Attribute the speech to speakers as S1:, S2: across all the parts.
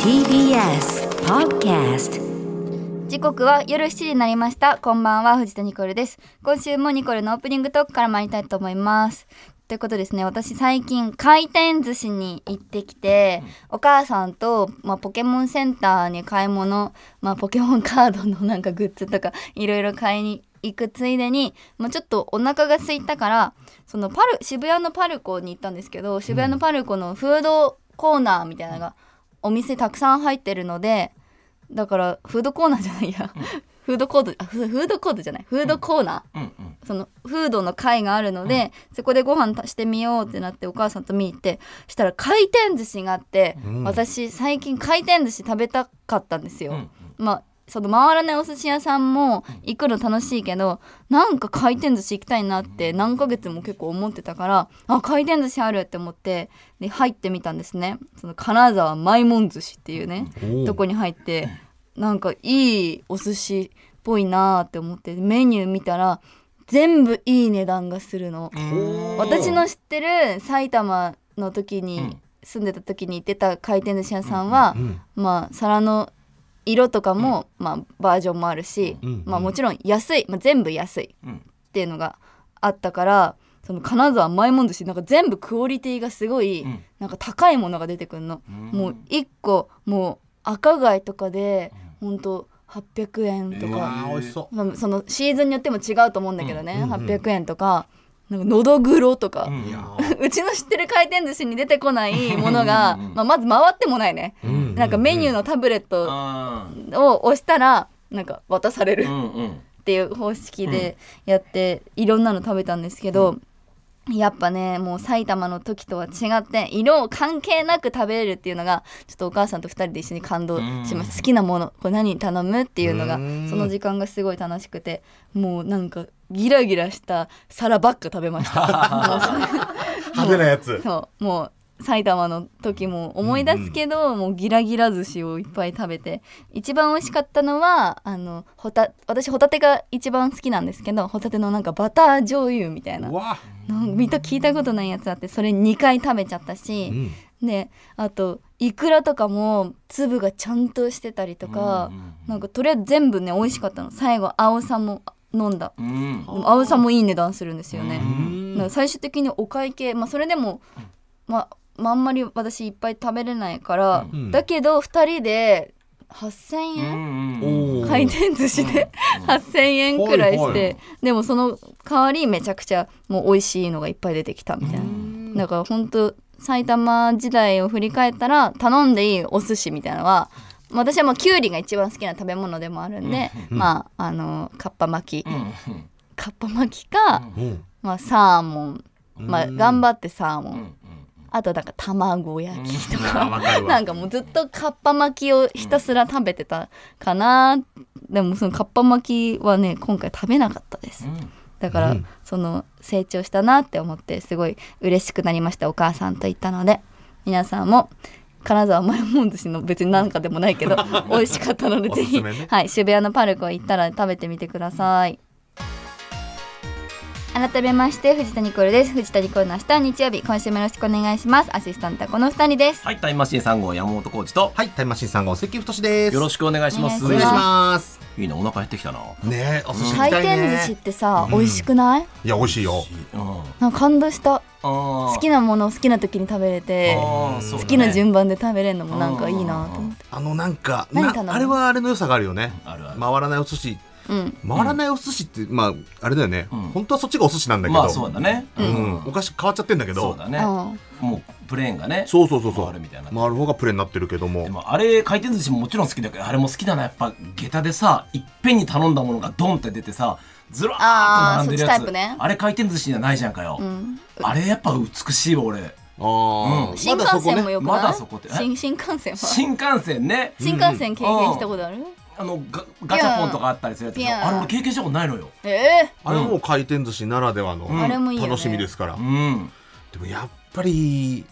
S1: TBS Podcast
S2: 時刻は夜7時になりましたこんばんは藤田ニコルです今週もニコルのオープニングトークから参りたいと思いますということですね私最近回転寿司に行ってきて、お母さんと、まあ、ポケモンセンターに買い物、まあ、ポケモンカードのなんかグッズとかいろいろ買いに行くついでに、まあ、ちょっとお腹が空いたからそのパル渋谷のパルコに行ったんですけど渋谷のパルコのフードコーナーみたいなのがお店たくさん入ってるのでだからフードコーナーじゃないや、フードコートあフフードコートじゃないフードコーナー、
S3: うんうん
S2: そのフードの会があるので、そこでご飯足してみようってなってお母さんと見に行ってしたら回転寿司があって、
S3: うん
S2: 私最近回転寿司食べたかったんですよ。
S3: うんうん
S2: まあその回らないお寿司屋さんも行くの楽しいけどなんか回転寿司行きたいなって何ヶ月も結構思ってたからあ回転寿司あるって思ってで入ってみたんですねその金沢マイモン寿司っていうね
S4: おう
S2: とこに入ってなんかいいお寿司っぽいなーって思ってメニュー見たら全部いい値段がするの私の知ってる埼玉の時
S3: う
S2: に
S3: ん
S2: 住んでた時に行ってた回転寿司屋さんは
S4: う、ん
S2: まあ皿の色とかも、まあ、バージョンもあるし、
S4: うん
S2: まあ、もちろん安い、まあ、全部安い
S3: うん
S2: っていうのがあったからその金沢前もん寿司なんか全部クオリティがすごい、
S3: うん
S2: なんか高いものが出てくるの、もう1個もう赤貝とかでほんと800円と
S4: うわ
S2: か、
S4: ー美味しそ
S2: まあそのシーズンによっても違うと思うんだけどね、
S4: うんうんうん
S2: 800円とかなんかのどぐろとか、
S3: う
S2: うん
S4: ういや
S2: ちの知ってる回転寿司に出てこないものが、
S3: うんうんうん
S2: まあ、まず回ってもないね、
S4: ん
S2: なんかメニューのタブレット
S3: あー
S2: を押したらなんか渡される
S3: う
S2: っ
S3: んうん
S2: ていう方式でやっていろんなの食べたんですけど、やっぱねもう埼玉の時とは違って色を関係なく食べれるっていうのがちょっとお母さんと2人で一緒に感動しました、
S3: うん
S2: 好きなものこれ何頼むっていうのが
S4: うん
S2: その時間がすごい楽しくてもうなんかギラギラした皿ばっか食べました もう
S4: 派手なやつ
S2: そうもう埼玉の時も思い出すけど、もうギラギラ寿司をいっぱい食べて一番美味しかったのはあのホタ私ホタテが一番好きなんですけどホタテのなんかバター醤油みたいな
S4: うわ
S2: なんか見た聞いたことないやつあってそれ2回食べちゃった
S4: う
S2: し、
S4: ん
S2: であとイクラとかも粒がちゃんとしてたりとか、なんかとりあえず全部ね美味しかったの最後青さも飲んだ
S3: うん
S2: でも青さもいい値段するんですよね、
S3: う
S2: だから最終的にお会計、まあ、それでも、まあまあ、あんまり私いっぱい食べれないから、
S4: うん
S2: だけど2人で8,000
S3: う
S2: 円、
S3: んうんうん
S4: おお
S2: 回転寿司で8,000円くらいして、
S4: はいはい
S2: でもその代わりめちゃくちゃもう美味しいのがいっぱい出てきたみたいな、だから本当埼玉時代を振り返ったら頼んでいいお寿司みたいなのは私はもうきゅうりが一番好きな食べ物でもあるんで、まああのかっぱ巻き、
S3: うん
S2: かっぱ巻きか、
S4: うん
S2: まあ、サーモン、まあ、
S4: うん
S2: 頑張ってサーモン、
S3: うんうん
S2: あとなんか卵焼きと
S4: あーわ
S2: か、
S4: かる わ
S2: なんかもうずっとかっぱ巻きをひたすら食べてたかなでもそのかっぱ巻きはね今回食べなかったです
S3: うん
S2: だから、
S4: うん
S2: その成長したなって思ってすごい嬉しくなりましたお母さんと行ったので皆さんも金沢マヨモン寿司の別になんかでもないけ ど美味しかったのでぜひ、
S4: おすすめね
S2: はい、渋谷のパルコ行ったら食べてみてください改めまして藤田ニコルです藤田ニコルの明日日曜日今週もよろしくお願いしますアシスタントはこの二人です
S3: はいタイムマシーン3号山本浩二と
S4: はいタイムマシーンさんがお関太です
S3: よろ
S4: し
S3: しくお願いします
S4: お願いし
S2: す
S4: ます
S3: いいなお腹減ってきたなう
S4: ねえお寿司行
S2: 回
S4: きたい
S2: 転寿司っ
S4: ね
S2: てさ、美味しくない
S4: いや美味しいよ
S3: ん
S2: なんか感動した
S3: 好
S2: 好きなものを好きな時に食べれて好きな順番で食べれるのもなんかいいなと思って
S4: あのなんか
S2: 何
S4: な
S2: 頼む
S4: あれはあれの良さがあるよね
S3: あるある
S4: 回らないお寿司
S2: うん
S4: 回らないお寿司ってまああれだよね
S3: うん
S4: 本当はそっちがお寿司なんだけど
S3: まあそうだね
S4: う
S3: うん
S4: んお菓子変わっちゃってんだけ
S3: そう
S4: ど
S3: だ
S2: う
S3: ね
S2: ん
S3: もうプレーンがね
S4: そうそうそうそう
S3: 回るみたいな
S4: 回る方がプレーになってるけども
S3: でもあれ回転寿司ももちろん好きだけどあれも好きだなやっぱ下駄でさいっぺんに頼んだものがドンって出てさずらーっと並んでる
S2: あー
S3: や
S2: そっちタイ
S3: つ
S2: プね
S3: あれ回転寿司じゃないじゃんかよ、
S2: ん
S3: あれやっぱ美しいわ俺
S4: あ
S3: うん
S4: ー
S2: 新幹線もよくない、
S3: まだそこねまだそこって
S2: 新新幹線は
S3: 新幹線ね
S2: 新幹線経験したことある、
S3: あのガガチャポンとかあったりするやつでし
S2: ピ
S3: ょ
S2: ューン
S3: あれ俺経験したことないのよ
S2: え
S4: あれもう回転寿司ならではの
S2: あれもいいよね
S4: 楽しみですから
S3: うん
S4: でもやっぱり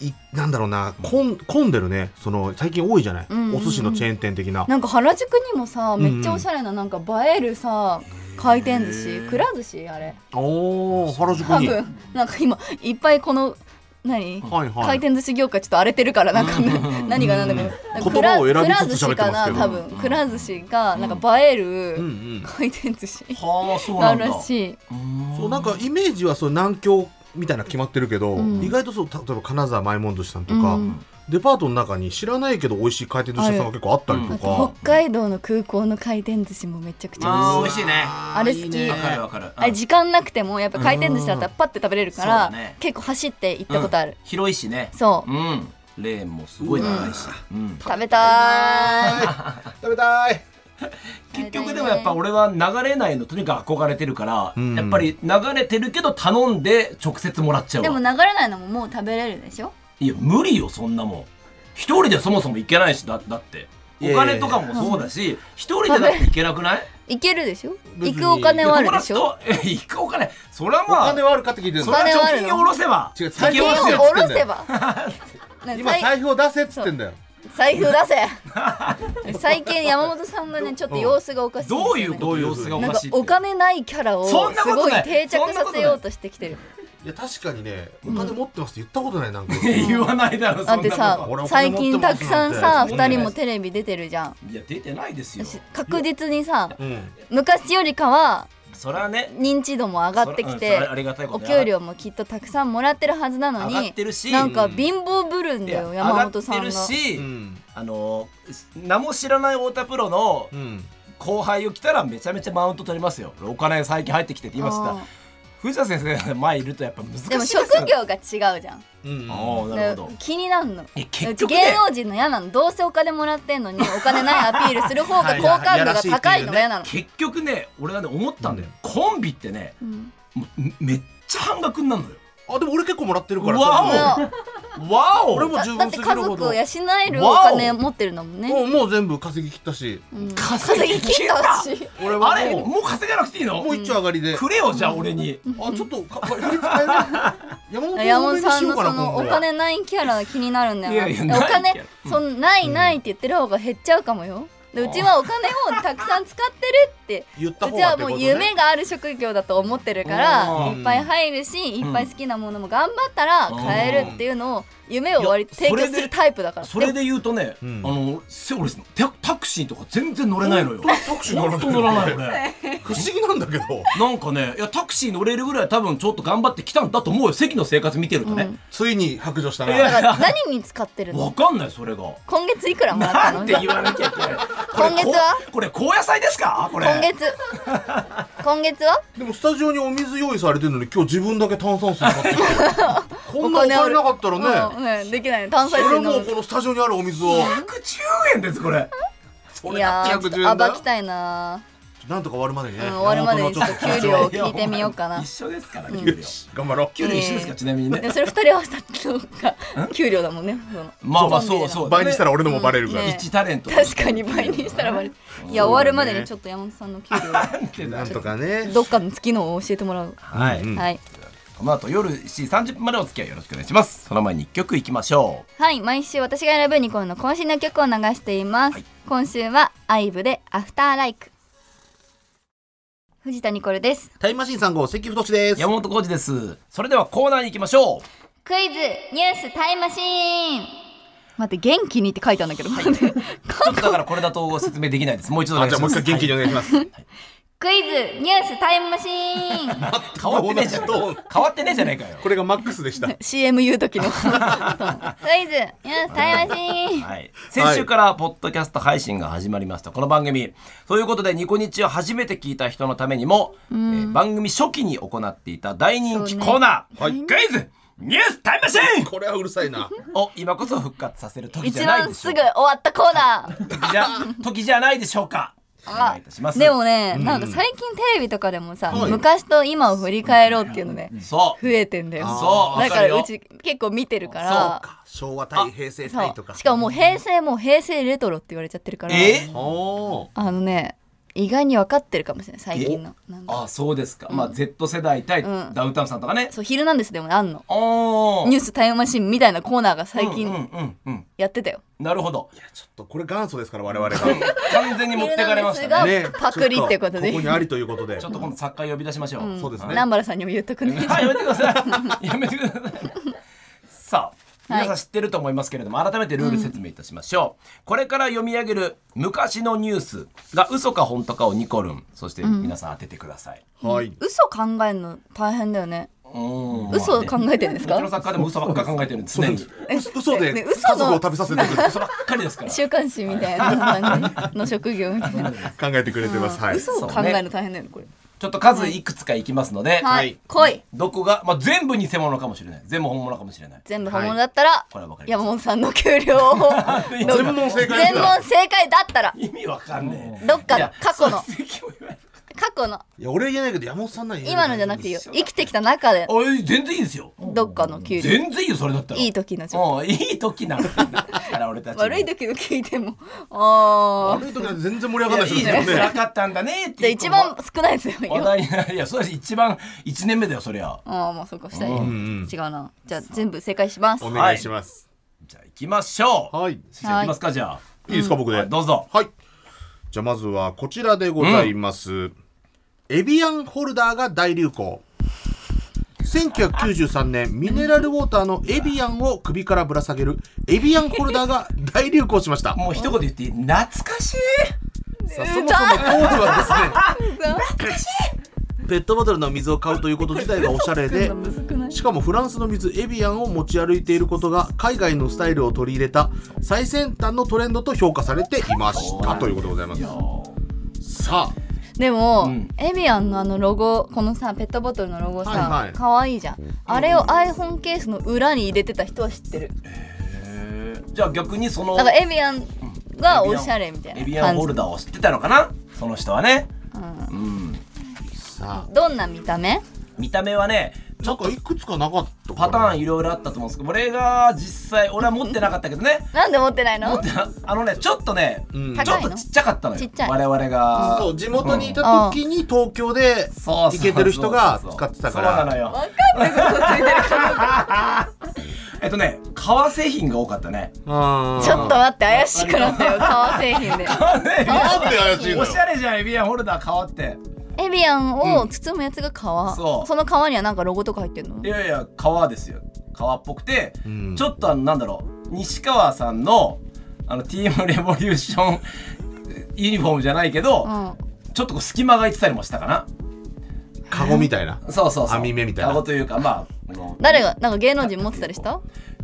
S4: いなんだろうな混ん混んでるねその最近多いじゃない、
S2: んうんうん
S4: お寿司のチェーン店的な
S2: ー、なんか原宿にもさ
S4: んう
S2: め
S4: ん
S2: っちゃおしゃれななんか映えるさ回転寿司くら寿司あれ
S4: おお原宿
S2: 多
S4: に
S2: 分なんか今いっぱいこの何、
S4: はいはい
S2: 回転寿司業界ちょっと荒れてるからなんか、ね、何が何だかなんかくら
S4: 言葉を選びつつ
S2: くら寿司かな
S4: 喋ってますけど
S2: 多分くら寿司がなんか映える
S4: うんうん
S2: 回転寿司
S3: はあそう
S2: があ
S3: なん
S2: る
S3: だ
S2: らしい。
S4: そうなんかイメージはそう南京みたいなの決まってるけど、
S2: ん
S4: 意外とそう例えば金沢まいもん寿司さんとか、
S2: うん
S4: デパートの中に知らないけど美味しい回転寿司屋さんが結構あったりと
S2: あ
S4: か、
S2: と北海道の空港の回転寿司もめちゃくちゃ
S3: あー
S2: 美
S3: 美
S2: 味しい
S3: 味しいね
S2: あれ好き
S3: わかるわかる
S2: あれ
S3: うん
S2: 時間なくてもやっぱ回転寿司だったらパッて食べれるか
S3: う
S2: ら、
S3: んそうだね
S2: 結構走って行ったことある、
S3: 広いしね
S2: そう
S3: うんレーンもすごい長いしうん
S2: 食べたい
S4: 食べたい
S3: 結局でもやっぱ俺は流れないのとにかく憧れてるから、
S4: ん
S3: やっぱり流れてるけど頼んで直接もらっちゃう
S2: でも
S3: わ
S2: 流れないのももう食べれるでしょ
S3: いや無理よそんなもん一人でそもそも行けないしだだって
S4: いや
S3: お
S4: いやいや
S3: 金とかもそうだし一人でだって行けな くない
S2: 行けるでしょ行
S4: 別に
S2: くお金はあるでしょ
S3: 友達と え行くお金それは
S4: お
S3: まあ
S4: 金はあるかって聞いてる
S3: そ
S4: の
S3: れは
S2: お金はある
S3: 貯
S2: の
S3: 金を下ろせば
S4: 違う
S3: 行け
S2: 金を
S3: ま
S4: 貯
S3: す
S4: 金
S3: よ
S4: を
S2: 下ろせば
S4: 今財布を出せっつってんだよ
S2: 財布出 せ最近山本さんがねちょっと様子がおかしいんですよね、
S3: どういうこと様子がお
S2: なん
S3: か
S2: か
S3: しいって
S2: お金ないキャラをす
S3: そんなこと
S2: ごい
S3: ない
S2: 定着させようとしてきてる
S4: いや確かにねお金持ってますって言ったことない なんか
S3: 言わないだろそ
S2: だ
S3: ん
S2: っ
S3: なこ
S2: て
S3: と
S2: さ
S4: 俺お金
S2: 最
S4: 持って
S2: 近
S4: ま
S2: た
S4: す
S2: くさんさ
S3: なんて
S2: 2人もテレビ出てるじゃん
S3: いや出てないですよ
S2: 私確実にさ
S4: うん
S2: 昔よりかは
S3: それはね
S2: 認知度も上がってき
S3: それ
S2: て
S3: うんそれありがたいこ
S2: お
S3: とだ
S2: 給料もきっとたくさんもらってるはずなの
S3: 上が
S2: に
S3: ってるし
S2: なんか
S3: うん
S2: 貧乏ぶるん
S3: い
S2: だ
S3: や
S2: よ山本さん
S3: 上が
S2: が
S3: ってるし、
S4: うん
S3: あの名も知らない太田プロの
S4: うん
S3: 後輩を来たらめちゃめちゃマウント取りますよお金最近入ってきてって言いました
S2: あー
S3: 藤田先生の前いるとやっぱ難しい
S2: でも
S3: す
S2: 職業
S3: よ
S2: が違うじゃん
S4: うん
S3: ああなるほ
S2: だか
S3: ど
S2: ら気になんの
S3: え結局ね
S2: 芸能人の嫌なのどうせお金もらってんのにお金ないアピールする方が好感度が高いのが嫌なの
S3: 結局ね俺はね思ったんだよ、コンビってね
S2: うん
S3: もうめめっちゃ半額になるのよ
S4: あでも俺結構もらってるから
S3: うわお
S2: だか
S3: わお
S4: 俺も
S2: ら
S4: 十
S2: だ
S4: 分
S2: って
S4: すぎ
S2: 家
S4: るほ
S2: 族
S4: ど
S2: を養えるお金持ってるのもんね
S4: もうもう全部稼ぎ切ったし
S2: うん
S3: 稼ぎ切った
S2: 稼ぎ切っ
S4: 俺
S3: あ
S4: は
S3: れ
S4: も
S3: もう稼がなくていいの
S4: うもう一丁上がりで
S3: くれよじゃあ俺に、
S4: あちょっとか振り使えな い山本
S2: 山
S4: 多
S2: 本
S4: めに
S2: さ
S4: し
S2: ん
S4: よ
S2: の
S4: うか
S2: そ
S4: な今
S2: のお
S4: 度は
S2: 金ないキャラが気になるんだよ
S3: いやいやない
S2: お金
S3: キャラうん
S2: そのないないって言ってる方が減っちゃうかもよでうちはお金をたくさん使ってるって
S4: 言った
S2: う
S4: 方
S2: ち
S4: が
S2: は
S4: って
S2: も
S4: こと
S2: う
S4: ね
S2: 夢がある職業だと思ってるから
S3: うん
S2: いっぱい入るしいっぱい好きなものも頑張ったら買えるっていうのを夢を割り
S3: いや
S2: 提供するタイプだから
S3: それで言うとね、
S4: ん
S3: あのせ俺タタクシーとか全然乗れないのよタクシー乗らない乗らない俺
S4: 不思議なんだけど
S3: なんかねいやタクシー乗れるぐらい多分ちょっと頑張ってきたんだと思うよ関の生活見てるとね、
S4: ついに白状した
S3: いや
S4: な
S2: だから何に使ってる
S3: わ
S2: の
S3: かんないそれが
S2: 今月いくらもらった
S3: な
S2: の
S3: んて言わなきゃいけないこれ
S2: 今月は
S3: ここれ高野菜ですかこれ
S2: 今月今月は
S4: でもスタジオにお水用意されてるのに今日自分だけ炭酸水買って きて こんなお
S2: あ
S4: 金
S2: る
S4: なかったらね
S2: うんうんできない炭
S4: そ
S2: 酸水
S4: れ
S2: 飲
S4: も
S2: む
S4: うこのスタジオにあるお水を
S3: 110円ですこれ
S2: いやー、
S4: 110
S2: ちょっと
S4: だ
S2: 暴きたいな
S4: なんとか終わるまでにね、
S2: うん終わるまでにちょっと給料を
S3: いや
S2: 聞いてみようかな
S3: 一緒ですから給料
S4: 頑張ろ
S3: 給料一緒です
S2: う
S3: か
S2: ん
S3: ちなみに
S2: ー。で
S3: ね
S2: もそれ二人合わせたのが給料だもんね。その
S3: まあまあ
S2: ほとん
S3: そ
S2: ど
S3: うそうう
S4: 倍にした
S3: ら
S4: ら俺のもバレるから、
S2: ね
S3: 1タレント
S2: 確かに倍にしたらバレる。いや、終わるまでにちょっと山本さんの給 料
S3: なんてだ
S4: なんとかね
S2: どっかの月のを教えてもらう。
S3: はい、
S4: うん
S2: はい。
S3: この後夜7時30分までお付き合いよろしくお願いしますその前に一曲いきましょ
S2: はい、毎週私が選ぶニコンの渾身の曲を流しています。今週は IVE でアフターライク。藤田ニコルです。
S4: タイムマシーン3号関太志で
S3: う
S4: す
S3: 山本浩二ですそれではコーナーに行きましょう
S2: クイズニュースタイムマシーン。待って、元気にって書いたんだけど。待って
S3: ちょっとだからこれだと説明できないですもう一度お
S4: あ
S3: 願い
S4: じゃ
S3: し
S4: あも
S3: ま
S4: う一
S3: す
S4: 回元気にお願いします、
S2: クイズニュースタイムマシーン
S3: 変わってねえじゃん
S4: どう
S3: 変わってねえじゃないかよ
S4: これがマックスでした
S2: CM 言う時 のクイズニュースタイムマシーン
S3: はい、先週からポッドキャスト配信が始まりましたこの番組ということでニコニチを初めて聞いた人のためにも、えー番組初期に行っていた大人気コーナー、
S4: そうね
S3: クイズニュースタイムマシーン
S4: これはうるさいな
S3: を今こそ復活させる時じ
S2: 一
S3: ゃない
S2: 番
S3: でし
S2: す
S3: ょう
S2: ぐ終わったコーナー
S3: 時じゃ時じゃないでしょうかお願いいたします
S2: でもね、なんか最近テレビとかでもさ、
S4: はい
S2: 昔と今を振り返ろうっていうのね
S3: そう
S2: 増えてんだよ
S3: そう
S2: だ
S3: わ
S2: か
S3: かる
S2: ら
S3: よ
S2: うち結構見てるから
S4: 昭和対平成
S2: そう
S4: 対とか
S2: しかももう平成もう平成レトロって言われちゃってるから
S3: え
S4: おー
S2: あのね意外に分かってるかもしれない最近のなんか
S3: あそうですか、まあ Z 世代対
S2: うん
S3: ダウンタウンさんとかね、
S2: そう「ヒルナンデス」でもあんの
S3: あー
S2: ニュースタイムマシーンみたいなコーナーが最
S3: うんうん
S2: 近
S3: うんうん
S2: やってたよ、
S3: なるほど
S4: ちょっとこれ元祖ですから我々が
S3: 完全に持ってかれましたね
S2: あパクリってことで
S4: ちょっここにありということで
S3: ちょっと今度作家呼び出しましょう、
S4: そうですね
S2: 南原さんにも言っとくね
S3: はい、やめてください。やめてください。
S2: はい
S3: 皆さん知ってると思いますけれども改めてルール説明いたしましょう、これから読み上げる昔のニュースが嘘か本当かをニコルンそして皆さん当ててください、
S4: はい。
S2: 嘘考えるの大変だよね
S3: うん
S2: 嘘を考えてるんです
S3: うち
S2: か
S3: の作家でも嘘ばっか考えてるんですね
S4: 嘘嘘で
S2: ね
S4: 家
S2: 嘘の
S4: 族を食べさせてくれる
S3: 嘘ばっかりですから
S2: 週刊誌みたいな感じの職業みたいな
S4: 考えてくれてます。はい。
S2: 嘘を考えるの大変だよねこれ
S3: ちょっと数いくつかいきますので、
S2: はい来い
S3: どこが、まあ、全部偽物かもしれない全部本物かもしれない
S2: 全部本物だったら
S3: これはわかります
S2: 山本さんの給料 を
S3: 全
S4: 全問正解
S2: 全問正解だったら
S3: 意味わかんねえ
S2: どっかの
S3: いや
S2: 過去の
S3: そう席を言わない
S2: 過去の
S4: いや俺は言えないけど山本さんなら言え
S2: 今のじゃなくていいよ生きてきた中で
S3: あい全然いいですよ
S2: どっかの給料
S3: 全然いいよそれだったら
S2: いい時の状況
S3: うんいい時なのだから俺たちも
S2: 悪い時の聞いてもああ
S4: 悪い時なんて全然盛り上が
S3: い
S4: らな
S3: や
S4: いい
S3: い
S4: 人ですけど
S3: じゃん辛
S4: ね。
S3: かったんだねって
S2: じゃあ
S3: いう
S2: 一番少ないですよ
S3: 話
S2: 今
S3: 題になるいやそうです一番一年目だよそりゃ
S2: ああまあそうか二人、
S3: うん
S4: うん
S2: 違うなじゃあ全部正解します
S4: お願いします。
S3: じゃあ行きましょう
S4: はい。い
S3: 先生行きますかじゃ
S4: いですか僕
S3: あは
S4: で
S3: い。どうぞ
S4: はい。じゃあまずはこちらでございます。エビアンホルダーが大流行。1993年、ミネラルウォーターのエビアンを首からぶら下げるエビアンホルダーが大流行しま した。
S3: もう一言言っていい懐かしい
S4: さあそもそも当時はですね
S2: 歌
S4: ペットボトルの水を買うということ自体がおしゃれで
S2: むずくない
S4: しかもフランスの水エビアンを持ち歩いていることが海外のスタイルを取り入れた最先端のトレンドと評価されていましたということでございますさあ
S2: でも、
S3: うん
S2: エビアンのあのロゴこのさペットボトルのロゴ
S4: はいは
S2: さ
S4: い
S2: 可愛、い、じゃんあれを iPhone ケースの裏に入れてた人は知ってる
S3: へえじゃあ逆にその
S2: だからエビアンがおしゃれみたいな
S3: エ
S2: 感じ
S3: ビアンホルダーを知ってたのかなその人はね
S2: う
S3: うん
S4: さ
S2: ん、どんな見た目
S3: 見た目はね
S4: あなんかいくつかなかった
S3: パターン
S4: ン
S3: いろいろあったと思うんですけど俺が実際俺は持ってなかったけどね
S2: なんで持ってないの
S3: でああのねちょっとね、
S4: うん
S3: ちょっとちっちゃかったのよ
S2: ちっちゃい
S3: 我々が
S4: そう地元にいた
S2: うんああ
S4: 時に東京で
S3: そう
S4: 行けてる人が使ってたか
S3: そうなの
S4: ら
S3: よ
S2: わかんないことついてるから
S3: えっとね革製品が多かったね
S4: あ
S2: ちょっと待って怪しくなったよ革製品で
S4: なんで怪しいのよ
S3: おしゃれじゃんエビアンホルダー革って
S2: エビアンを包むやつが皮、
S3: そう
S2: その皮にはなんかロゴとか入ってるの
S3: いやいや革ですよ革っぽくて、
S4: うん
S3: ちょっとあのなんだろう西川さんのあのティームレボリューション ユニフォームじゃないけど、
S2: うん
S3: ちょっとこう隙間が空いてたりもしたかな
S4: カゴみたいな
S3: そうそうそう
S4: 網目みたいな
S3: カゴというかまああの
S2: 誰がなんか芸能人持ってたりした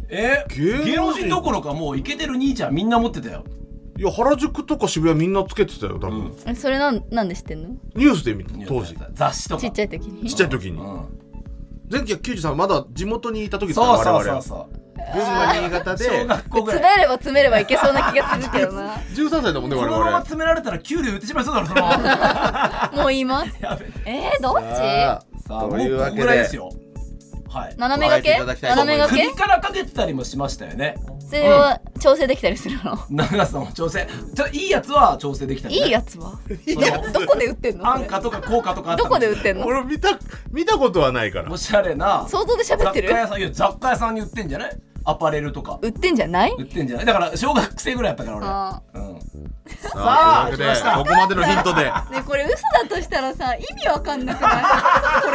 S3: えー、芸
S4: 芸
S3: 能
S4: 能人
S3: 人どころかもうイケてる兄ちゃんみんな持ってたよ
S4: いや原宿とか渋谷みんなつけてたよ多分、
S3: うん
S2: えそれなんなんで知ってんの
S4: ニュースで見た当時
S3: 雑誌とか
S2: ちっちゃい時に
S4: ちっちゃい時に
S3: うん
S4: 1993まだ地元にいた時ですから
S3: そう
S4: 我々
S3: そ
S4: は
S3: うそうそう
S4: 群馬新潟
S3: 小
S4: で
S3: 学校ぐ
S2: 詰
S3: らい
S2: めれば詰めればいけそうな気がするけどな
S4: 13歳だもんね
S3: こ
S4: 我
S3: のまま
S4: 々
S3: 詰められたら給料言ってしまいそうだろそのま ま
S2: もう言います
S3: やべえ
S2: えー、どっ
S4: さ
S3: さあも
S4: と
S3: う
S4: いうわけ
S3: こん
S4: で
S3: ぐらいですよはい
S2: ち斜めが
S4: 加えて
S2: け
S4: いただきたいと
S2: 斜
S4: 思
S2: め
S4: いま
S2: が
S4: す
S2: け
S3: 首からかけてたりもしましたよね
S2: それは調整できたりするの
S3: 長さも調整ちょいいやつは調整できた
S2: いい
S3: や
S2: やつ は
S3: つその
S2: どこで売ってんのそ
S3: 安
S2: れ
S3: 価とか高価とかあっ
S2: ど
S3: たんす
S2: こで売ってんの
S4: 俺見た見たことはないから
S3: おしゃれな
S2: 想像で喋って
S3: 雑
S2: る
S3: 貨屋さんいや雑貨屋さんに売ってんじゃないアパレルとか
S2: 売ってんじゃない
S3: 売ってんじゃないだから小学生ぐらいやったから
S2: あ
S3: 俺うん
S4: さ
S3: あ
S4: という
S3: 来ま
S4: わけ
S3: し
S4: で
S3: た
S4: ここまでのヒントで
S2: ーねこれ嘘だとしたらさ意味わかんなくない こ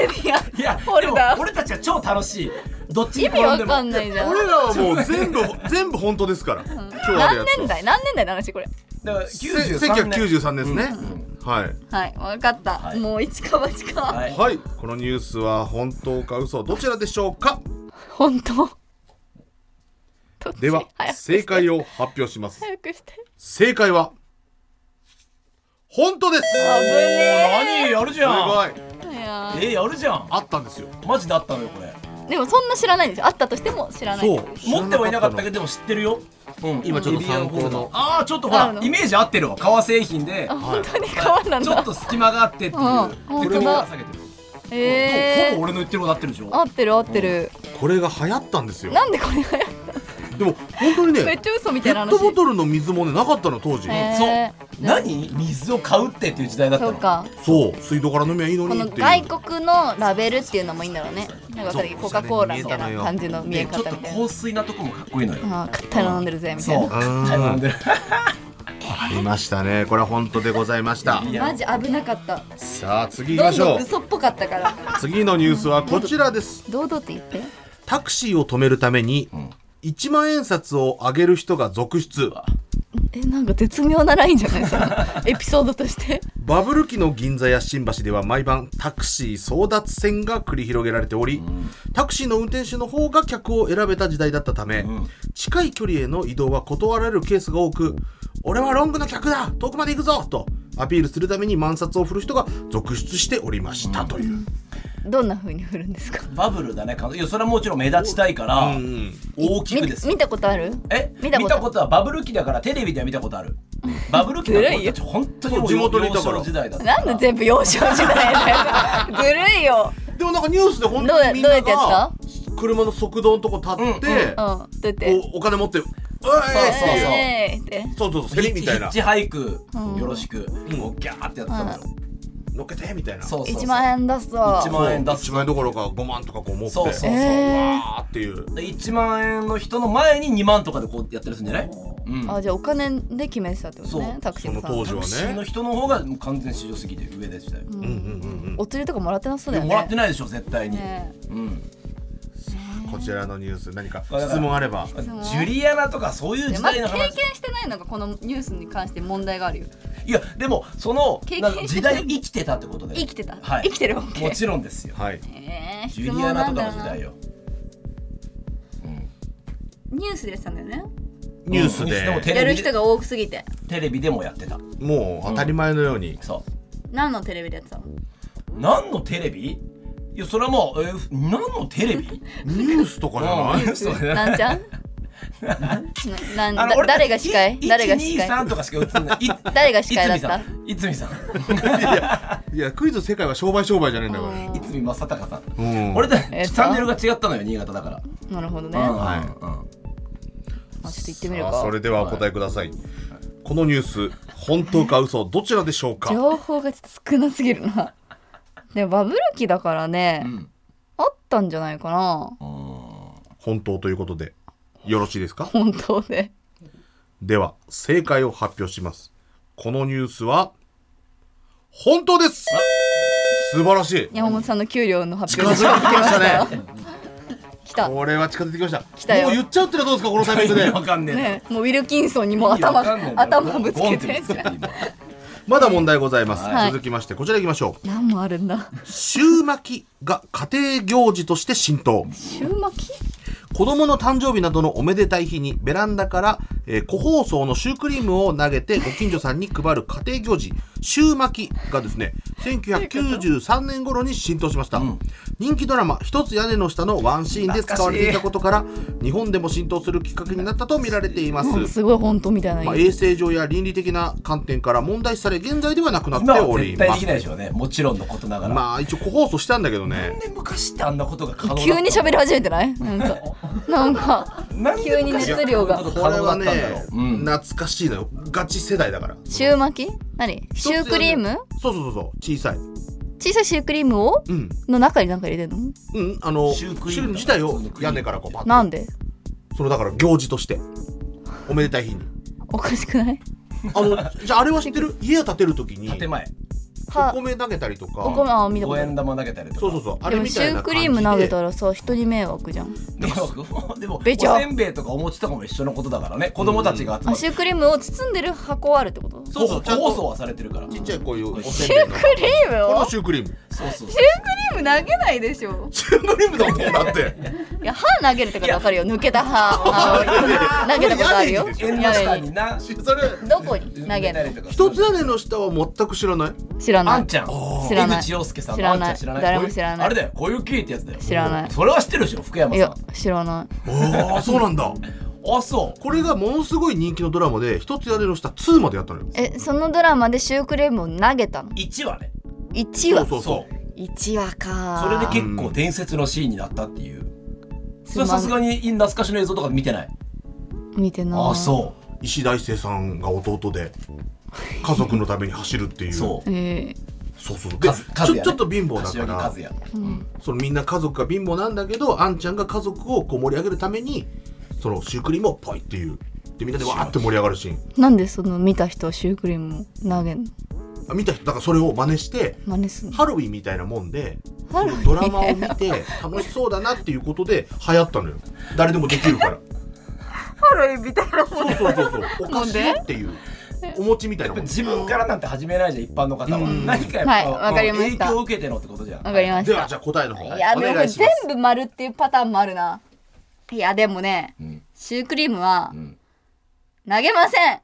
S2: れをエビア
S3: いや
S2: ンホ
S3: で
S2: ル
S3: も
S2: ダー
S3: 俺たちは超楽しいどっちに
S2: 意味
S3: 転ん
S2: わ
S3: で
S2: かん
S3: も
S2: ないじゃん
S4: 俺らはもう全部全部本当ですから今日あるや
S2: 何
S4: つ
S2: 年
S4: は
S2: 代何年代の話これ
S3: だから93年
S4: 1993年ですねはい
S2: はいわかった、
S3: はい
S2: もう一か八か、
S3: はい
S4: はいこのニュースは本当か嘘どちらでしょうか
S2: 本当どっち
S4: では
S2: 早くして
S4: 正解を発表します
S2: 早くして
S4: 正解は本当です
S2: 危ね
S3: 何やるじ
S4: す
S3: ゃん
S4: ごい
S2: えいや
S3: えやるじゃん
S4: あったんですよ
S3: マジであったのよこれ
S2: ーでもそんな知らないんですよあったとしても知らない
S4: そう
S3: 持ってはいなかったけ
S4: ど
S3: どでも知ってるようん
S4: 今ちょっと参考の
S3: ああちょっとほ
S2: ある
S3: ら
S2: の
S3: イメージ合ってるわ革製品で
S2: 本当に変わんなん
S3: ちょっ
S2: だ
S3: と隙間があってっていう
S2: うん本
S3: で
S2: 当だ
S3: 首から下げてる
S2: え
S3: ほぼ
S2: ー
S3: 俺の言ってること合ってるでし
S2: 合
S3: ょ
S2: ってる合ってる
S4: これが流行ったんですよ
S2: なんでこれが
S4: でも本当にね
S2: めっちゃ嘘みた
S4: ペ
S2: いな
S4: ッ
S2: 話
S4: トボトルの水もねなかったの当時
S2: へ
S3: そう
S2: え
S3: 何水を買うってっていう時代だった
S2: そ
S3: の
S2: うか
S4: そう水道から飲みゃいいの
S2: こ
S4: にっ
S2: の
S4: ていう
S2: 外国のラベルっていうのもいいんだろうねなんか分かんないけどコカ・コーラみたいな感じの見え
S3: でちょっ
S2: 方
S3: と
S2: みたいな
S3: 香水なとこもかっこいいのよ
S2: ああカッタラ飲んでるぜみたい
S3: そ
S2: な
S3: う飲んでる
S4: ありましたねこれは本当でございました
S3: いや
S2: マジ危なかった
S4: さあ次行き
S2: ど
S4: ま
S2: ん
S4: しょ
S2: どん
S4: う
S2: 嘘っぽかったから
S4: 次のニュースはこちらです
S2: 堂々って言って
S4: タクシーを止めるために、1万円札をあげる人が続出。
S2: えなんか絶妙なラインじゃないですかエピソードとして
S4: バブル期の銀座や新橋では毎晩タクシー争奪戦が繰り広げられており、タクシーの運転手の方が客を選べた時代だったため、近い距離への移動は断られるケースが多く俺はロングの客だ遠くまで行くぞとアピールするために万札を振る人が続出しておりましたという、
S2: どんな風に振るんですか
S3: バブルだねかいやそれはもちろん目立ちたいから大きくです
S2: 見見たことある
S3: え
S2: 見
S3: 見
S2: た
S3: た
S2: こと
S3: ことはバブル期だからテレビでは見たこと あるバブル期の
S2: ずるい
S3: 俺
S2: よ
S3: たち本当にもう
S4: 地元にいた
S3: 幼
S4: から
S3: 少時代だったから
S2: なんで全部幼少時代だよずるいよ
S4: でもなんかニュースで本
S2: どう
S4: 当
S2: や
S4: にみんな
S2: どうや
S4: が車の側道のとこ立って、
S2: うんどうやって
S4: こうお金持って「おい!」
S3: そうそうそう
S2: えーって
S4: そうそうそうセリみたい
S3: ヒ
S4: な
S3: ッチハイクよろしくもうギャーってやってたんだよ
S4: 乗っけてみたいな
S3: そうそうそう
S2: 1万円出すぞ
S3: 1万円出す
S4: 1万円どころか5万とかこう持って
S3: そうそうそう
S4: わーっていう
S3: で1万円の人の前に2万とかでこうやったりするんじゃないうん
S2: あじゃあお金で決めてたってこと
S3: そ
S2: ね
S3: う
S2: タクシ
S4: そ
S2: ー
S4: の
S2: のさん
S4: 当時は
S3: タクシーの
S4: ね
S3: 人の方がもう完全市場すぎて上でしたよ、
S2: お釣りとかもらってなさそう
S3: で
S2: だよ
S3: も
S2: ね
S3: もらってないでしょ絶対に、
S2: ね
S3: うん、
S4: こちらのニュース何か質問あれば
S3: ジュリアナとかそういう時
S2: まず
S3: 代
S2: 経
S3: の話、
S2: 験してないのがこのニュースに関して問題があるよ
S3: いやでもその
S2: 経験
S3: なんか時代生きてたってことで
S2: 生きてた、
S3: はい
S2: 生きてるわけ
S3: もちろんですよ
S4: はい
S2: えー、
S3: ジ
S2: 質
S3: ュ
S2: 問
S3: リアナ
S2: な
S3: と
S2: ん
S3: か
S2: だ
S3: の
S2: よ
S3: 時
S2: な
S3: 代よ
S2: ニュースでしたんだよね
S4: ニュース
S3: ニュースでもテ
S2: や
S3: レ
S2: る
S3: ビ
S2: 人
S3: で
S2: が多すぎて
S3: テレビでもやってた
S4: もう当たり前のように
S3: そ
S2: 何のテレビでやってたの
S3: う何のテレビいやそれはもう、えー何のテレビ
S4: ニュースとかじゃない
S3: そうね
S2: なんちゃ んなな
S3: あ
S2: ん
S3: の
S2: だ
S3: 俺
S2: 誰が司会
S3: い
S2: 誰が司
S3: 123
S2: 会
S3: とかしか映ってないい
S2: 誰が司会だった
S3: いつみさんいつみさん
S4: いやクイズ世界は商売商売じゃないんだから
S3: いつみ正隆さん、
S4: うん
S3: 俺だチ
S2: えっと
S3: ャンネルが違ったのよ新潟だから、
S2: なるほどね、
S3: うん
S2: ま
S4: はい
S3: う
S2: あ、
S3: ん
S2: ちょっと言ってみる
S4: さ
S2: か
S4: あそれではお答えくださいこのニュース本当か嘘どちらでしょうか
S2: 情報がちょっと少なすぎるなでもバブル期だからね、
S3: ん
S2: あったんじゃないかな
S4: 本当ということでよろしいですか
S2: 本当で
S4: では正解を発表しますこのニュースは本当です素晴らしい
S2: 山本さんの給料の発
S4: 近づい
S2: 表
S4: てきましたね
S2: 来た
S4: これは近づいてきました
S2: たよ
S4: もう言っちゃうってのはどうですかこのタイミング
S3: 意味
S4: で
S3: わかんねえな
S2: ねもうウィルキンソンにもう
S3: 意
S2: 頭
S3: 味わかんねえな
S2: 頭ぶつけ
S3: ボンって
S2: て
S3: ぶつけて今
S4: まだ問題ございます、
S2: はい
S4: 続きましてこちらいきましょう
S2: 何もあるんだ
S4: 週巻きが家庭行事として浸透
S2: 週巻き
S4: 子供の誕生日などのおめでたい日にベランダから、えー個包装のシュークリームを投げてご近所さんに配る家庭行事、シュー巻きがですね、1993年頃に浸透しました。人気ドラマ、一つ屋根の下のワンシーンで使われていたことから、日本でも浸透するきっかけになったと見られています。
S2: すごい本当みたいな、
S4: まあ、衛生上や倫理的な観点から問題視され、現在ではなくなっ
S3: 今
S4: てお
S3: は
S4: り
S3: 絶対
S4: ま
S3: でき
S4: す
S3: な。いでしょうねもちろんのことながら、
S4: まあ、一応個包装したんだけどね
S3: なん。で昔ってあんなことが可能だった
S2: 急に喋り始めてないなんかなんか
S3: なんで
S2: 急に
S3: 昔
S2: 熱量が
S3: あんなこ
S4: こと
S3: 可
S4: れ
S3: 能だ
S4: は
S3: ったん
S4: ね
S3: だろう、、うん
S4: 懐かしいのよ。ガチ世代だから。
S2: シュー巻き何シュークリーム
S4: そうそうそうそう小さい
S2: 小さいシュークリームを
S4: うん
S2: の中に何か入れてんの
S4: うんあの
S3: シ
S4: シ
S3: ュ
S4: ュ
S3: ー
S4: ー
S3: ク
S4: ク
S3: リ
S4: リ
S3: ー
S4: ー
S3: ム
S4: ム
S3: だ
S4: 自体を屋根からこうパッ
S2: なんで
S4: そのだから行事としておめでたい 日に
S2: おかしくない
S4: あのじゃああれは知ってる家を建てる時に
S3: 建前
S2: は
S4: お米投げたりとか
S2: お米あ見たこと
S3: 五
S2: ある
S3: 円玉投げたりとか
S4: そうそうそうあ
S2: で
S4: れ
S2: も
S4: み
S2: シ
S4: たい
S2: ュ
S4: な
S2: ーク
S4: 感
S2: リ
S4: じで
S2: ーム投げたらさ人に迷惑じゃん
S3: 迷惑 でも
S2: べちゃ
S3: おせんべいとかお餅とかも一緒のことだからね子供たちが集ま
S2: あ
S3: る
S2: シュークリームを包んでる箱あるってこと
S4: そうそうちゃんと
S3: 放送はされてるから
S4: ちっちゃいこういうおせん
S2: シュ
S4: べ
S2: ー
S4: い
S2: ク
S4: のこ
S2: リーム
S4: れ
S2: を
S4: は
S2: シュ
S4: シュークリーム
S3: そうそうそう
S2: ークリーム投げないでしょ
S4: シュークリームだもんだって
S2: いや歯投げるってことわかるよ抜けた 歯あの投げたことあるよ
S4: これ
S3: 縁の下
S2: 屋根
S3: にな
S4: それ
S2: どこに投げる
S4: 一つ屋根の下は全く知らない
S2: の知らな
S3: あ
S2: い
S3: んちゃん
S2: 知らない
S3: 江口洋介さん
S2: 知らない
S3: あんちゃん知らない
S2: 誰も知らない
S3: あれだよ小雪ってやつだよ
S2: 知らない
S3: それは知ってるでしょ福山
S2: い
S3: さ
S2: や
S3: ん
S2: 知らない
S4: ああそうなんだ
S3: あそう
S4: これがものすごい人気のドラマで一つ屋根の下2までやったのよ
S2: えそのドラマでシュークリームを投げたの
S3: 1話ね
S2: 1話
S4: そうそう
S2: 1話か
S3: それで結構伝説のシーンになったっていうそ
S2: つ
S3: れ
S2: ま
S3: は
S2: ん
S3: さすがに懐かしの映像とか見てない
S2: 見てない
S3: あそ
S4: 石大生さんが弟で家族のために走るっていうう
S3: そう
S2: え
S4: そうそうで
S3: カズカズ
S4: ち
S3: ヤ
S4: ょ
S3: ね
S4: ちょっと貧乏だか
S3: 柏木
S4: ら
S3: 和也
S4: そのみんな家族が貧乏なんだけどあんちゃんが家族をこう盛り上げるためにそのシュークリームをポイっていうでみんなでわーって盛り上がるシーン
S2: ーなんでその見た人はシュークリームを投げんの
S4: あ見た人だからそれを真似して
S2: 真似すんの
S4: ハロウィンみたいなもんでドラマを見て楽しそうだなっていうことで流行ったのよ誰でもできるから
S2: ハロウィンみたいな
S4: そうそうそうそうお菓子よっていうお餅みたいなもん
S3: 自分からなんて始めないじゃん一般の方は、
S4: うん
S3: 何かやっ
S2: はい
S3: ぱ、
S2: わかりました
S3: 影響を受けてのってことじゃん
S2: わかりまし
S4: では
S2: た
S4: じゃあ答えの方
S2: いや
S4: お
S2: で
S4: 願
S2: も
S4: いしま
S2: 全
S4: す
S2: 部丸っていうパターンもあるないやでもね
S3: うん
S2: シュークリームは
S3: うん
S2: 投げません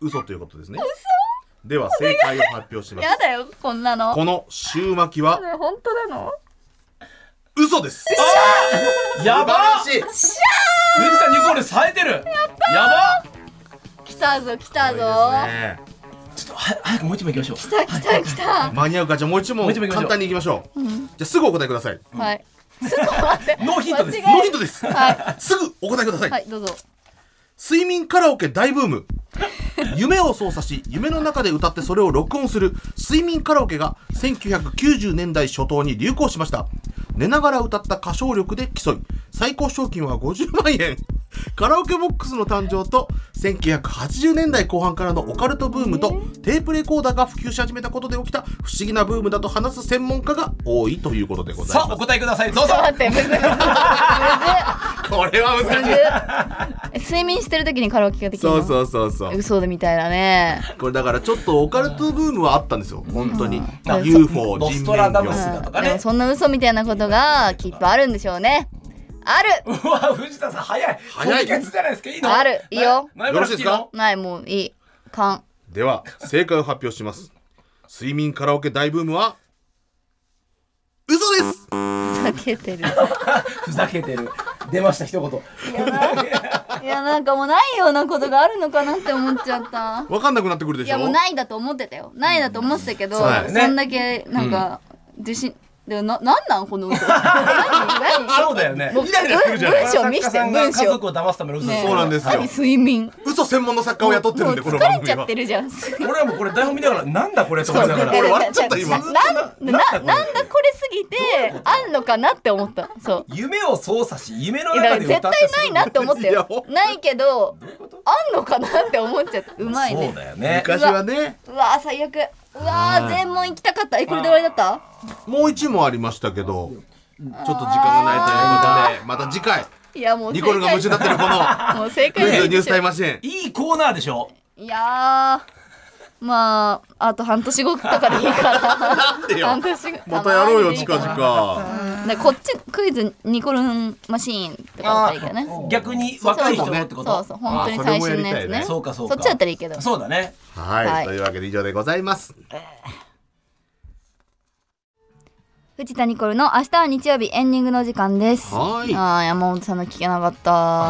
S4: 嘘ということですねでは正解を発表します
S2: やだよこんなの
S4: このシュー巻きは
S2: ね本当なの
S4: 嘘です
S3: やばっ
S4: 素晴らしい
S3: 藤田ニコル冴えてるやばっ
S2: 来たぞ来たぞ
S4: ね
S3: ちょっとは早くもう一問いきましょう
S2: 来た来た来た
S4: 間に合うかじゃあもう一
S3: もう
S4: 問
S3: 一問いきましょう
S4: 簡単にいきましょうじゃあすぐお答えください
S2: はいすごい待って
S3: ノーヒントで
S2: 間
S3: す
S2: 違え
S4: ノーヒントです
S2: は
S4: すぐお答えください
S2: はいどうぞ
S4: 睡眠カラオケ大ブーム夢を操作し夢の中で歌ってそれを録音する睡眠カラオケが1990年代初頭に流行しました寝ながら歌った歌唱力で競い最高賞金は50万円カラオケボックスの誕生と1980年代後半からのオカルトブームとテープレコーダーが普及し始めたことで起きた不思議なブームだと話す専門家が多いということでござい
S3: さあ
S4: ま
S3: お答えくださいどうぞ
S2: 待ってむずいむずい
S4: すこれは難
S2: むずい
S4: しい
S2: 睡眠してる時にカラオケができる
S4: そ
S2: の
S4: うそうそうそう
S2: 嘘でみたいだね
S4: これだからちょっとオカルトブームはあったんですよ本当に
S3: あ
S4: UFO
S3: ノ
S4: 人
S3: ス
S4: 面
S3: トラダムス
S4: 魚
S3: だとか
S2: で
S3: ね
S2: もそんな嘘みたいなことがきっとあるんでしょうねある
S3: うわ藤田さん早い
S4: 早い
S3: 即決じゃないですかいいの
S2: あるいいよ
S3: な前から好きなの
S4: よ
S2: ないもういいかん
S4: では正解を発表します睡眠カラオケ大ブームは嘘です
S2: 避けてる
S3: ふざけてる出ました一言
S2: いやなんかもうないようなことがあるのかなって思っちゃった
S4: 分かんなくなってくるで
S2: い
S4: しょ
S2: やもうないだと思ってたよないだと思ってたけど、
S4: そうだよ
S3: ね
S2: そんだけなんか自信、でななんなんこの嘘何何
S3: そうだよね
S2: もう
S4: イライラするじゃん
S2: 文章見せて文
S3: 家
S2: 章
S3: 族を騙すための嘘
S2: ね
S4: そうなんですよ
S2: 何睡眠
S4: 嘘専門の作家を雇ってるんで
S2: も
S4: こ
S2: う
S4: の
S2: 疲
S4: 番
S2: れ
S4: 組
S2: ちゃっ
S4: は
S2: てるじゃん
S3: 俺はもうこれ台本見ながらなんだこれと思いながら
S4: 俺笑っちゃった今
S2: ななななんだこれすぎてあんのかなって思ったそう
S3: 夢を操作し夢の
S2: いやだから
S3: 中で
S2: 絶
S3: 歌
S2: 対
S3: って
S2: ないなって思った
S4: いや
S2: よ
S4: ほん
S2: ないけどあんのかなって思っちゃったうまい
S3: そう
S2: ね
S3: だよね
S4: 昔はね
S2: うわー最悪うわー全問行きたかったえこれで終わりだった
S4: もう一問ありましたけどちょっと時間がないということでまた次回
S2: いやもう
S4: ニコルが夢中になってるこの
S2: もう正
S4: ク
S2: 解
S4: イズニュースタイ
S2: ム
S4: ムマシン
S3: いいコーナーでしょ
S2: いやーまああと半年後とかでいいから
S4: なんでよ
S2: 半年後
S4: またやろうよ
S2: たまにでいい
S4: 近
S2: かな
S4: 々
S2: でこっちクイズニコルンマシーンとかだったらいいけどね
S3: 逆に若い人のってこ
S2: そう
S3: と
S2: そう本当に最新のやつね
S4: あ
S3: そうかそうか
S2: そっちだったらいいけど
S3: そうだね
S4: はい、
S2: はい
S4: というわけで以上でございます
S2: 藤田ニコルの明日は日曜日エンディングの時間です
S4: はーい
S2: あー山本さんの聞けなかっ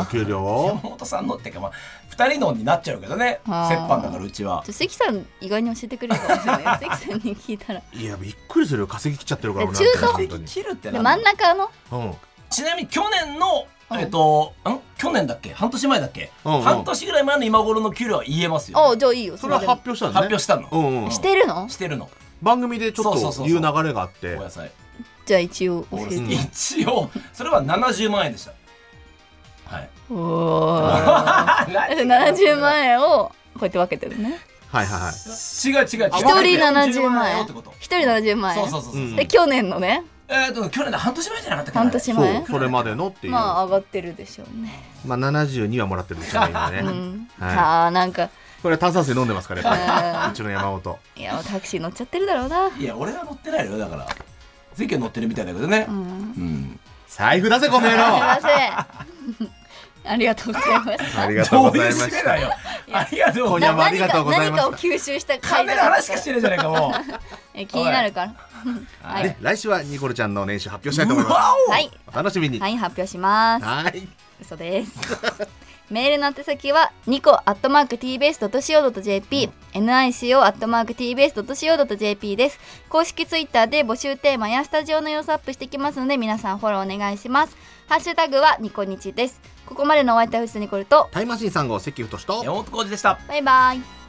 S2: た
S4: 給料を
S3: 山本さんのってかまあ二人のになっちゃうけどね折
S2: あー
S3: 半だからうちは
S2: ちょ関さん意外に教えてくれるかもしれない関さんに聞いたら
S4: いやびっくりするよ稼ぎきっちゃってるから
S2: え
S4: 俺なんて
S2: 中途
S4: 本当に
S3: 切るって
S2: で
S3: なん
S2: 真
S3: だ
S2: ん中の
S4: うん
S3: ちなみに去年の
S2: うん
S3: えっとん去年だっけ半年前だっけ
S4: うんうん
S3: 半年ぐらい前の今頃の給料は言えますよ
S2: おじゃあいいよ
S4: それは
S2: で
S4: 発
S2: も
S4: 表したんだね
S3: 発表したの
S4: うんうん
S2: してるの
S3: してるの
S4: 番組でちょっ
S3: そうそう
S4: と
S3: そう
S4: 言
S3: そう
S4: う流れがあって
S3: お野菜
S2: じゃあ一応教えて
S4: ん
S3: 一応それは70万円でしたはい
S2: おー70万円をこうやって分けてるね
S4: はいはいはい
S3: 違う違う違う
S2: 一人70万
S3: よ
S2: 円
S3: ってこと
S2: 一人70万円
S3: そうそうそうそう
S4: うん
S2: で去年のね
S3: えっと去年の半年前じゃなかったっけ
S2: 半年
S4: そ
S2: 前
S4: うそれまでのっていう
S2: ま
S4: ま
S2: あ上がってるでしょうね
S4: あ72はもらってるんですよね今
S2: う
S4: ね
S2: ん
S4: はい
S2: あーなんか
S4: これは炭酸水飲んでますからやっぱ
S2: うん
S4: りうちの山本
S2: いやタクシー乗っちゃってるだろうない
S3: や俺は乗ってないのよだから関君乗ってるみたいだけどね
S2: うん
S3: うん
S4: 財布出せこの野
S2: すいま
S4: 郎
S2: せんありがとうございました
S4: ありがとうご
S3: どうい
S4: ざ
S3: う
S4: いま
S3: 締め
S4: し
S3: だ
S4: た
S3: よありがとうご
S4: 今
S3: ざ
S4: 夜
S3: い
S4: も
S3: ます
S4: ありがとうござい
S2: 何
S4: ました
S2: か何かを吸収した
S3: カ
S2: 回
S3: メ
S2: だ
S3: ラ
S2: か
S3: 話しかしてないじゃないかもう
S2: え気になるからはい、
S4: ね来週はニコルちゃんの年収発表したいと思いうま
S3: わお
S2: はい、
S4: すお楽しみに
S2: は
S4: はい
S2: い、発表します
S4: はい
S2: 嘘ですメールの宛先はニコアットマーク tbs.co.jp nico アットマーク tbs.co.jp です公式ツイッターで募集テーマやスタジオの様子アップしてきますので皆さんフォローお願いしますハッシュタグはニコニチですここまでのお相手は藤田ニコルと
S4: タイムマシーン3号関太と
S3: 山本浩二でした
S2: バイバイ